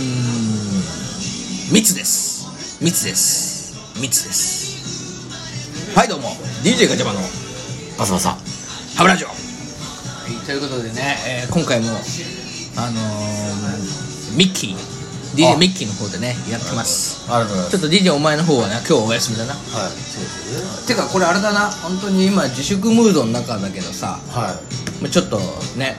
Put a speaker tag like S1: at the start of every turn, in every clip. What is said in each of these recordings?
S1: ーん密です密です密ですはいどうも DJ ガチャバの
S2: バサバサ
S1: ハブラジオ、はい、ということでね、えー今回もあのーミッキー DJ
S2: あ
S1: ミッキーの方でねやってます
S2: ありがとうございます
S1: ちょっと DJ お前の方はな今日はお休みだな
S2: はいそうですよね
S1: てかこれあれだな本当に今自粛ムードの中だけどさ
S2: は
S1: まあちょっとね、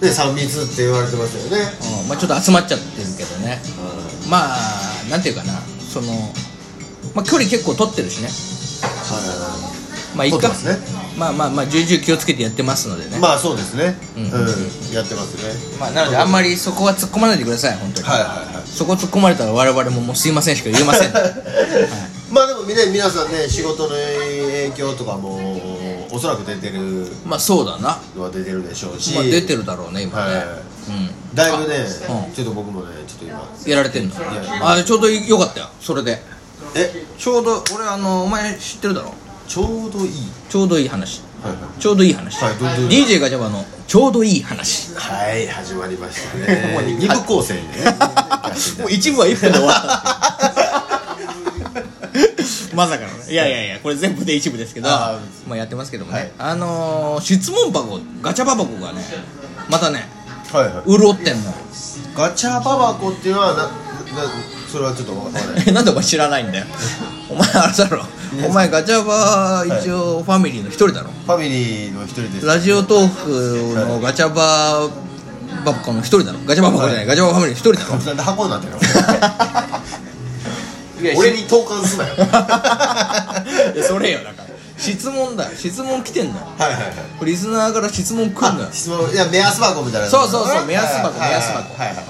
S2: いで3密って言われてましたよね
S1: うんまあ、ちょっと集まっちゃってるけどね
S2: はい
S1: まあなんていうかなその、まあ、距離結構取ってるしね
S2: は
S1: まあいいか
S2: 取ってますね
S1: まあまあまあ重々気をつけてやってますのでね
S2: いまあそうですね
S1: う
S2: うんんやってますね
S1: まあなのであんまりそこは突っ込まないでください本当に、
S2: はいはいはい
S1: そこ突っ込まれたら我々ももうすいませんしか言えません、 はい
S2: まあでもね皆さんね仕事の影響とかもおそらく出てる
S1: まあそうだな、ま
S2: のは出てるでしょうし
S1: あ、出てるだろうね今ね、
S2: は
S1: うん
S2: いだいぶね
S1: うん
S2: ちょっと僕もねちょっと今
S1: やられてんのあちょうどよかったよそれで
S2: え
S1: ちょうど俺あのお前知ってるだろ
S2: ちょうどいい
S1: ちょうどいい話
S2: はいはい
S1: ちょうどいい話、
S2: はいどうどう
S1: DJ ガチャバのちょうどいい話
S2: はい始まりましたね
S1: もう
S2: 二部構成で ね
S1: もう一部は一分で終わっ た。まさかのね。いやいやいや、これ全部で一部ですけど、
S2: あ
S1: まあやってますけどもね。
S2: はい
S1: あのー、質問箱、ガチャ箱がね、またね、
S2: はいはい
S1: 潤ってんの。
S2: ガチャババコっていうのはななそれはちょっとわ からない
S1: えなんでお前知らないんだ よ。お前あれだろ。お前ガチャバ、一応ファミリーの一人だろ。
S2: ファミリーの一人です
S1: ラジオトークのガチャバ、バコの一人だろ。ガチャバ箱じゃない、ガチャバファミリーの一人だろ。
S2: なんで箱にな ってるの俺に投函すなよ は い
S1: いやそれよだから質問だよ質問来てんだよ
S2: はいはい
S1: これリスナーから質問来んだよ
S2: あ質問いや目安箱みたいな
S1: そうそうそう目安箱目
S2: はい
S1: 安箱
S2: はいはいは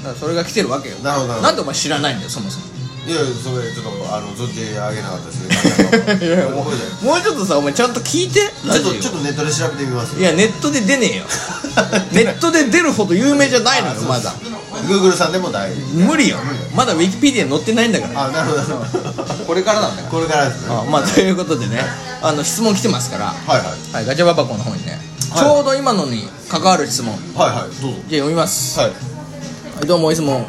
S1: うんだからそれが来てるわけよ
S2: なるほどなるほど
S1: んでお前知らないんだよそもそも
S2: いいやそれちょっとあの存じ上げなかったですね
S1: も
S2: 覚えてないう
S1: もうちょっとさお前ちゃんと聞いてラ
S2: ち
S1: ジ
S2: ょっとちょっ
S1: オ
S2: とネットで調べてみ ます
S1: いやネットで出ねえ よネットで出るほど有名じゃないのよまだ
S2: Google さんでも大丈
S1: 無理よまだウィキペディアに載ってないんだから
S2: 夫あなるほどなるほど
S1: これからなんだか
S2: これからですね
S1: らあまあ ということでねあの質問来てますから
S2: はいはい
S1: はいガチャババコの方にねち
S2: はい
S1: ょうど今のに関わる質問
S2: はいはいど
S1: じゃ
S2: うぞ
S1: あ読みます
S2: はい
S1: はい、どうもいつも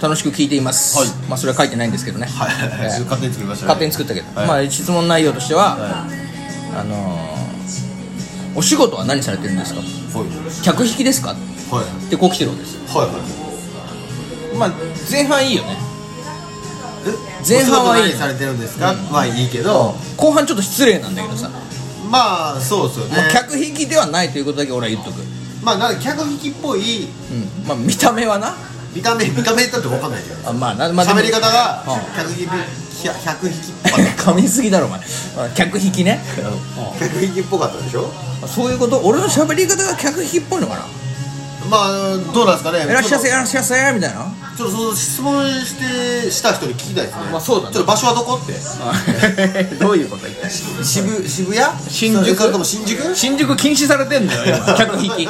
S1: 楽しく聞いています、
S2: はい
S1: まあそれは書いてないんですけどね、
S2: はい
S1: えー
S2: はい 勝手に作りましたね
S1: 勝手に作ったけど、
S2: はい
S1: まあ質問内容としては、
S2: は
S1: あのーお仕事は何されてるんですか
S2: はい
S1: 客引きですかっ
S2: はい
S1: てこう来てるわけですよ
S2: はいはい
S1: まあ前半いいよね前
S2: 前
S1: 半
S2: 半
S1: は
S2: はい
S1: い
S2: いされてるんですか、まあいいけど、
S1: 後半ちょっと失礼なんだけどさ、
S2: まあそうですよね
S1: まあ、客引きではないということだけ俺は言っとく、
S2: まあなんか客引きっぽい
S1: うん、まあ見た目はな
S2: 見た目見た目だって分かんないけど
S1: あまあな、まあ、でも
S2: 喋り方が
S1: う
S2: 客引き客引きっぽかっ
S1: ん 噛みすぎだろお前まあ客引きね
S2: た客引きっぽかったでしょ
S1: そういうこと俺の喋り方が客引きっぽいのかな
S2: まあどうなんですかね
S1: いらっしゃいませいらっしゃいませみたいな
S2: ちょっとちょっとその質問してした人に聞きたいですね
S1: まあそうだね
S2: ちょっと場所はどこって
S1: どういうこと言って
S2: 渋渋谷
S1: 新宿
S2: それとも新宿
S1: 新宿禁止されてんだよ今客引き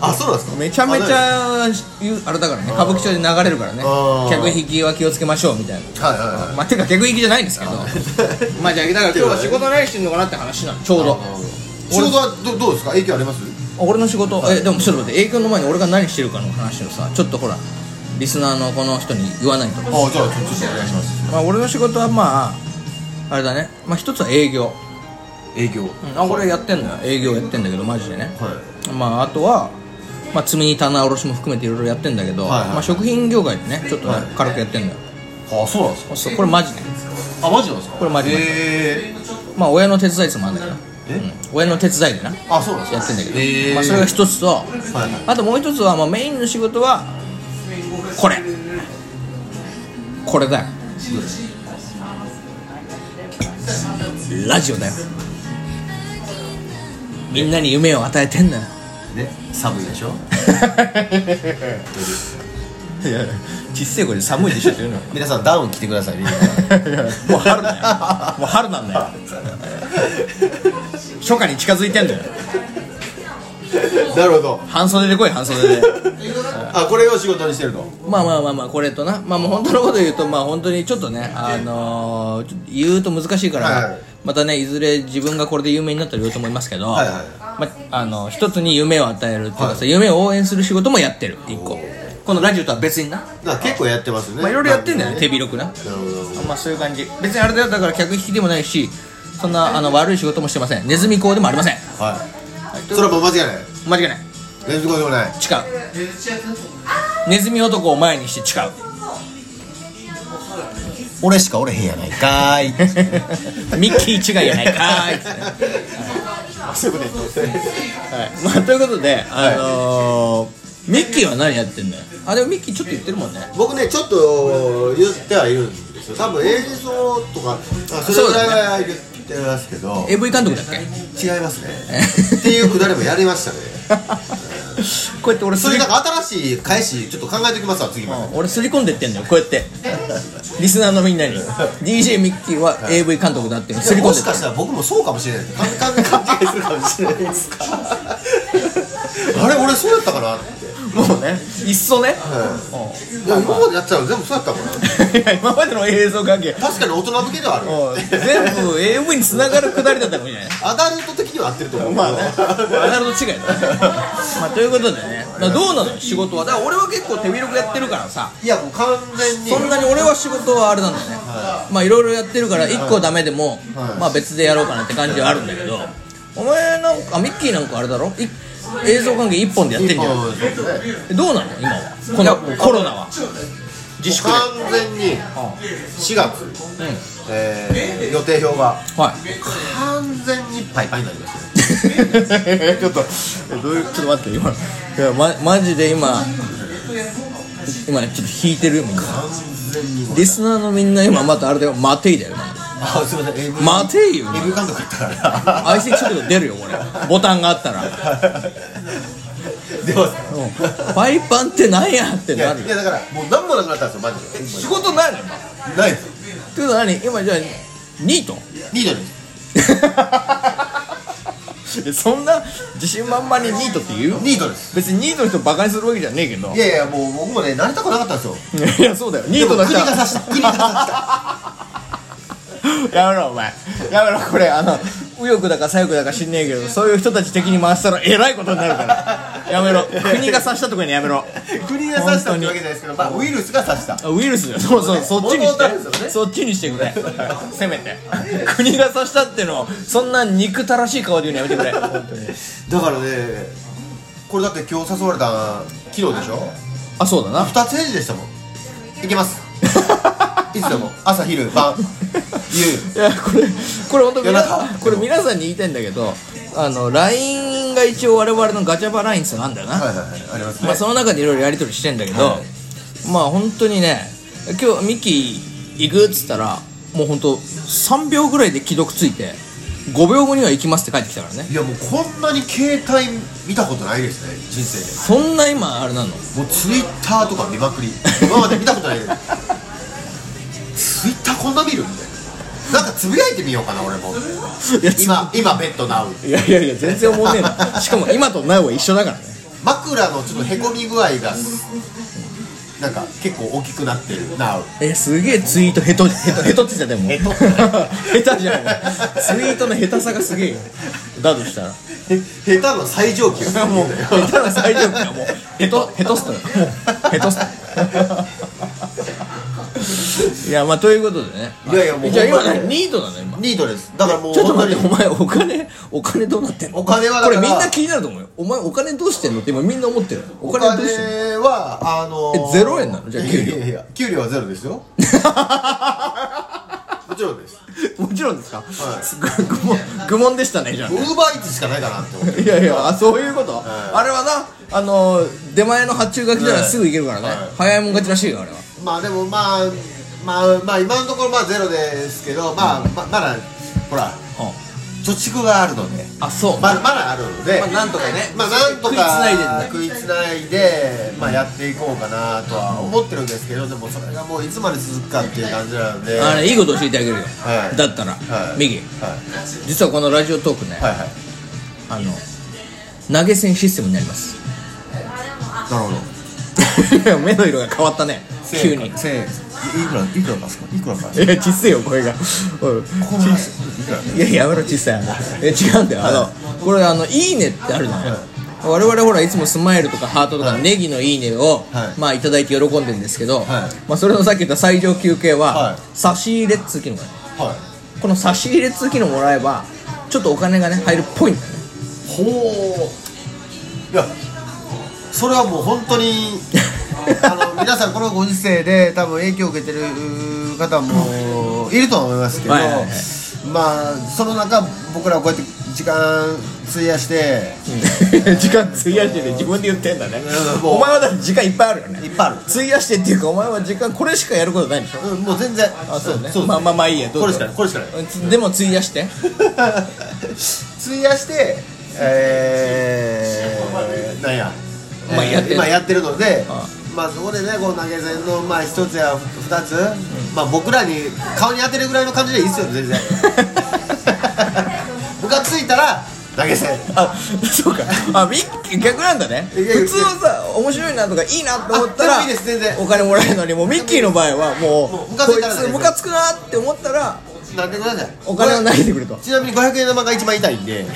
S2: あそうなんですか
S1: めちゃめち
S2: あ
S1: ゃ言うあれだからね歌舞伎町で流れるからね
S2: あー
S1: 客引きは気をつけましょうみたいな
S2: はいはいはい
S1: まあてか客引きじゃないんですけどまあじゃあだから今日は仕事何してんのかなって話なのちょうど
S2: 仕事はどどうですか影響あります
S1: 俺の仕事えでもちょっと待って影響の前に俺が何してるかの話をさちょっとほらリスナーのこの人に言わないと
S2: あじゃあちょっとお願いします
S1: まあ俺の仕事はまああれだねまあ一つは営業
S2: 営業
S1: あこれやってんのよ営業やってんだけどマジでね
S2: はい
S1: まああとは、まあ、積み荷棚卸しも含めていろいろやってんだけど、
S2: はいはい
S1: まあ、食品業界でねちょっと、ね
S2: はい
S1: 軽くやってんだよ
S2: あそうなんですか
S1: そうこれマジね
S2: あマジなんですか
S1: これマジマジ
S2: えー、
S1: まあ親の手伝いつもあるんだけど、
S2: え
S1: うん、親の手伝いでな
S2: あそうなんですか
S1: やってんだけど、
S2: えー
S1: まあ、それが一つと、
S2: はいはい
S1: あともう一つは、まあ、メインの仕事はこれこれだよラジオだよみんなに夢を与えてんだよ
S2: ね寒いでしょ
S1: いやちっせい声で寒いでしょって言うの
S2: 皆さんダウン着てくださいみんな
S1: もう春だよもう春なんだよ初夏に近づいてんだよ
S2: なるほど
S1: 半袖で来い半袖で
S2: あこれを仕事にしてるの
S1: まあまあまあまあこれとなまあもう本当のこと言うとまあ本当にちょっとねあのーちょっと言うと難しいから、
S2: はい
S1: またねいずれ自分がこれで有名になったら言おうと思いますけど、
S2: はいはい
S1: まあの一つに夢を与えるっていうかさ、
S2: は
S1: 夢を応援する仕事もやってる一個このラジオとは別にな、
S2: なんか結構やってますね
S1: まあ、いろいろやってんだよね手
S2: なる
S1: 広くな
S2: ほどなるほど
S1: まあそういう感じ別にあれだよだから客引きでもないしそんなあの悪い仕事もしてませんネズミ講でもありません
S2: はいそれはもう間違いない
S1: 間違いない
S2: レズコでもない
S1: 誓うネズミ男を前にして誓う
S2: 俺しかおれへんやないかーい
S1: ミッキー違いやないかーいっつってね
S2: すぐね
S1: はいまあということであのーミッキーは何やってんのよあでもミッキーちょっと言ってるもんね
S2: 僕ねちょっと言ってはいるんですよ多分映像とかあそれぐらいは言ってますけど
S1: AV 監督だっ け
S2: 違いますねっていうくだりもやりましたね
S1: こうやって俺す
S2: それ
S1: り
S2: なんか新しい返しちょっと考えておきますわ次まで
S1: 俺すり込んでってんのよこうやってリスナーのみんなに DJ ミッキーは AV 監督だっていうのすり込ん
S2: も
S1: で
S2: し
S1: って
S2: かしたら僕もそうかもしれない簡単に勘違いするかもしれないですか あれ俺そうやったかなって
S1: もうねいっそね
S2: いや今までやってたの全部そうやったかな
S1: うんいや今までの映像関係
S2: 確かに大人向けではある
S1: もう全部 AV につながるくだりだったかもしれない
S2: アダルト的には合ってると思うけど
S1: まあね、アナルト違いだね。まあということでね、まあどうなの仕事は。だから俺は結構手広くやってるからさ、
S2: いやもう完全に
S1: そんなに俺は仕事はあれなんだよね。まあいろいろやってるから、一個ダメでも、
S2: はい
S1: まあ別でやろうかなって感じはあるんだけど、お前なんか、ミッキーなんかあれだろい映像関係一本でやってんじゃん。
S2: もうね
S1: どうなの今は。このコロナは。自粛で。
S2: 完全に4月、
S1: う
S2: えー予定表が
S1: ん。はい。
S2: 完全にパイパイになりましたよ
S1: ちょっとえどういうちょっと待って今いや、ま、マジで今今ねちょっと引いてるよみんな
S2: 完全に
S1: リスナーのみんな今またあれだよ待ていだよ今
S2: あすいません AV
S1: 待ていよ
S2: AV 監督やったから
S1: 相席食堂出るよこれボタンがあったら
S2: でも
S1: パイパンってなんやって
S2: い
S1: な
S2: や
S1: る
S2: い
S1: よ
S2: やだからもう何もなくなったんですよマジで
S1: 仕事ないの今って
S2: ないです
S1: ことは何今じゃあニ ート
S2: ニートです
S1: そんな自信満々にニートって言う
S2: ニートです
S1: 別にニートの人バカにするわけじゃねえけど
S2: いやいやもう僕もねなりたくなかったんですよ
S1: いやそうだよニートの人
S2: でも国が刺した国が刺 した
S1: やめろお前やめろこれあの右翼だか左翼だか知んねえけどそういう人たち敵に回したらえらいことになるからや めろ国が刺したとこにやめろ
S2: 国が刺したってわけじゃないですけどまあウイルスが刺した
S1: あウイルスだよそうそうそっちにし
S2: 物事です
S1: て、
S2: よね
S1: そっちにしてくれ せめて国が刺したってのをそんな憎たらしい顔で言うのやめてくれ本当に
S2: だからねこれだって今日誘われた昨日でしょ
S1: あそうだな
S2: 二つ返事でしたもん行きます いつでも朝昼晩
S1: いやこれこれ本当
S2: 夜中
S1: 皆これ皆さんに言いたいんだけどあの LINE が一応我々のガチャバラインってのあんだよな、
S2: はいはいはいありますね、
S1: まあ、その中でいろいろやり取りしてんだけど、
S2: は
S1: まあ本当にね今日ミキ行くっつったらもう本当3秒ぐらいで既読ついて5秒後には行きますって帰ってきたからね
S2: いやもうこんなに携帯見たことないですね人生
S1: そんな今あれなの
S2: でもうツイッターとか見まくり今まで見たことないけどツイッターこんな見るみたいななんかつぶやいてみようかな俺も
S1: いや
S2: 今今ベッドナウ
S1: いやいやいや全然思わねえなしかも今とないは一緒だからね
S2: 枕のちょっとへこみ具合がなんか結構大きくなってるな
S1: えすげえツイートヘトヘトヘトって言っちゃったよもう下手じゃんもうツイートの下手さがすげえよだとしたら
S2: へ下手の最上級
S1: もう下手な最上級はもうヘトヘトストよもうヘトストいやまあということでね
S2: いやいやもう
S1: じゃあ今
S2: ほんま
S1: ね
S2: に
S1: ニートなの今
S2: ニートですだからもう
S1: ちょっと待ってお
S2: 本
S1: 前お金お金どうなってんの
S2: お金はだ
S1: こ
S2: か
S1: れ
S2: ら
S1: みんな気になると思うよお前お金どうしてんのって今みんな思ってるお
S2: 当に
S1: 金
S2: お
S1: どうしてんの
S2: 金はあのー
S1: えゼロ円なのじゃあ給料
S2: いやいや給料はゼロで すよもちろんです
S1: もちろんですか、すごい愚問愚問でしたねじゃ
S2: ウーバーイーツしかないかなって思って
S1: あいやいやあそういうこと、あれはなあの出前の発注が来たらすぐ行けるからね、
S2: はい
S1: 早いもん勝ちらしいよあれは
S2: まあでもまあまあまあ今のところまあゼロですけどまあままだほら貯蓄があるので
S1: あそう
S2: まだまだあるので、
S1: まあなんとかね
S2: まあなんと
S1: 食
S2: か
S1: いつないでんだ
S2: 食いつないでまあやっていこうかなとは思ってるんですけどでもそれがもういつまで続くかっていう感じなので
S1: あれいいこと教えてあげるよ、
S2: はい
S1: だったら、
S2: はい
S1: 右
S2: はい
S1: 実はこのラジオトークね、
S2: はいはい
S1: あの投げ銭システムになります
S2: なるほど
S1: 目の色が変わったね急に
S2: せいくらいくらなんですかいくらなんですか
S1: いやちっせえよ声がおい
S2: この話いくら
S1: いややめろ小さいなえ違うんだよあのこれあの「いいね」ってあるじゃない我々ほらいつもスマイルとかハートとか
S2: はい
S1: ネギの「いいねを」
S2: はい
S1: まあいただいて喜んでるんですけど、
S2: はい
S1: まあ、それのさっき言った最上級系は、
S2: はい
S1: 差し入れっつう機能がある
S2: はい
S1: この差し入れっつう機能もらえばちょっとお金がね入るっぽいんだよね
S2: ほういやそれはもう本当にあの皆さんこのご時世で多分影響を受けてる方もいると思いますけど、
S1: はいはいはい
S2: まあその中僕らはこうやって時間費やして
S1: 時間費やしてて自分で言ってんだね
S2: うんもう
S1: お前はだって時間いっぱいあるよ
S2: い
S1: ね
S2: っぱいある
S1: 費やしてっていうかお前は時間これしかやることないんでしょ
S2: うん、もう全然
S1: あそうね
S2: そう
S1: まあまあまあいいやどうぞ
S2: これしかないこれしかない
S1: でも 費やして
S2: 費やしてえー、なんや
S1: まあやってる
S2: 今やってるので
S1: あ
S2: まあそこでねこの投げ銭のまあ一つや二つ、まあ僕らに顔に当てるぐらいの感じでいいっすよ 全然僕がついたら投げ銭
S1: あそうかあミッキー逆なんだね
S2: いやいや
S1: 普通はさ面白いなとかいいなと思った
S2: あ
S1: ら
S2: でもいいです全然
S1: お金もらえるのにもうミッキーの場合はも
S2: も
S1: う
S2: うムカつ
S1: こ
S2: い
S1: い
S2: たら
S1: つムカつくなって思ったら
S2: なんでください
S1: お金を投げてくれと
S2: ちなみに500円玉が一番痛い んで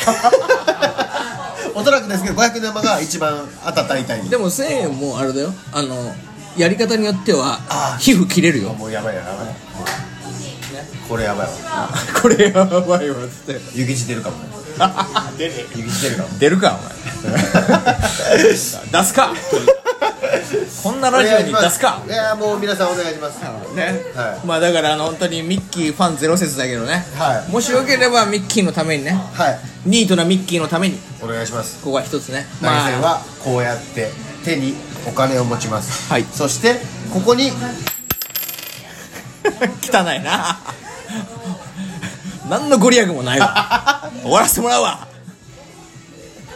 S2: おそらくですけど500円玉が一番当たったら痛いんで
S1: でも1000円もあれだよあのやり方によっては
S2: あ
S1: 皮膚切れるよ
S2: もうやばいやばいこれやばいわ
S1: これやばいわっつって
S2: 湯気出るかもね
S1: 出る
S2: 湯 気出るかも
S1: 出るかお前出すかこんなラジオに出すか
S2: いやもう皆さんお願いしますは
S1: ね、
S2: は
S1: まあだからあの本当にミッキーファンゼロ説だけどね、
S2: はい
S1: もしよければミッキーのためにね
S2: い
S1: ニートなミッキーのために
S2: お願いします
S1: ここは一つね
S2: 投げ銭
S1: まあ
S2: はこうやって手にお金を持ちます
S1: はい
S2: そしてここに
S1: 汚 いな何のご利益もないわ終わらせてもらうわ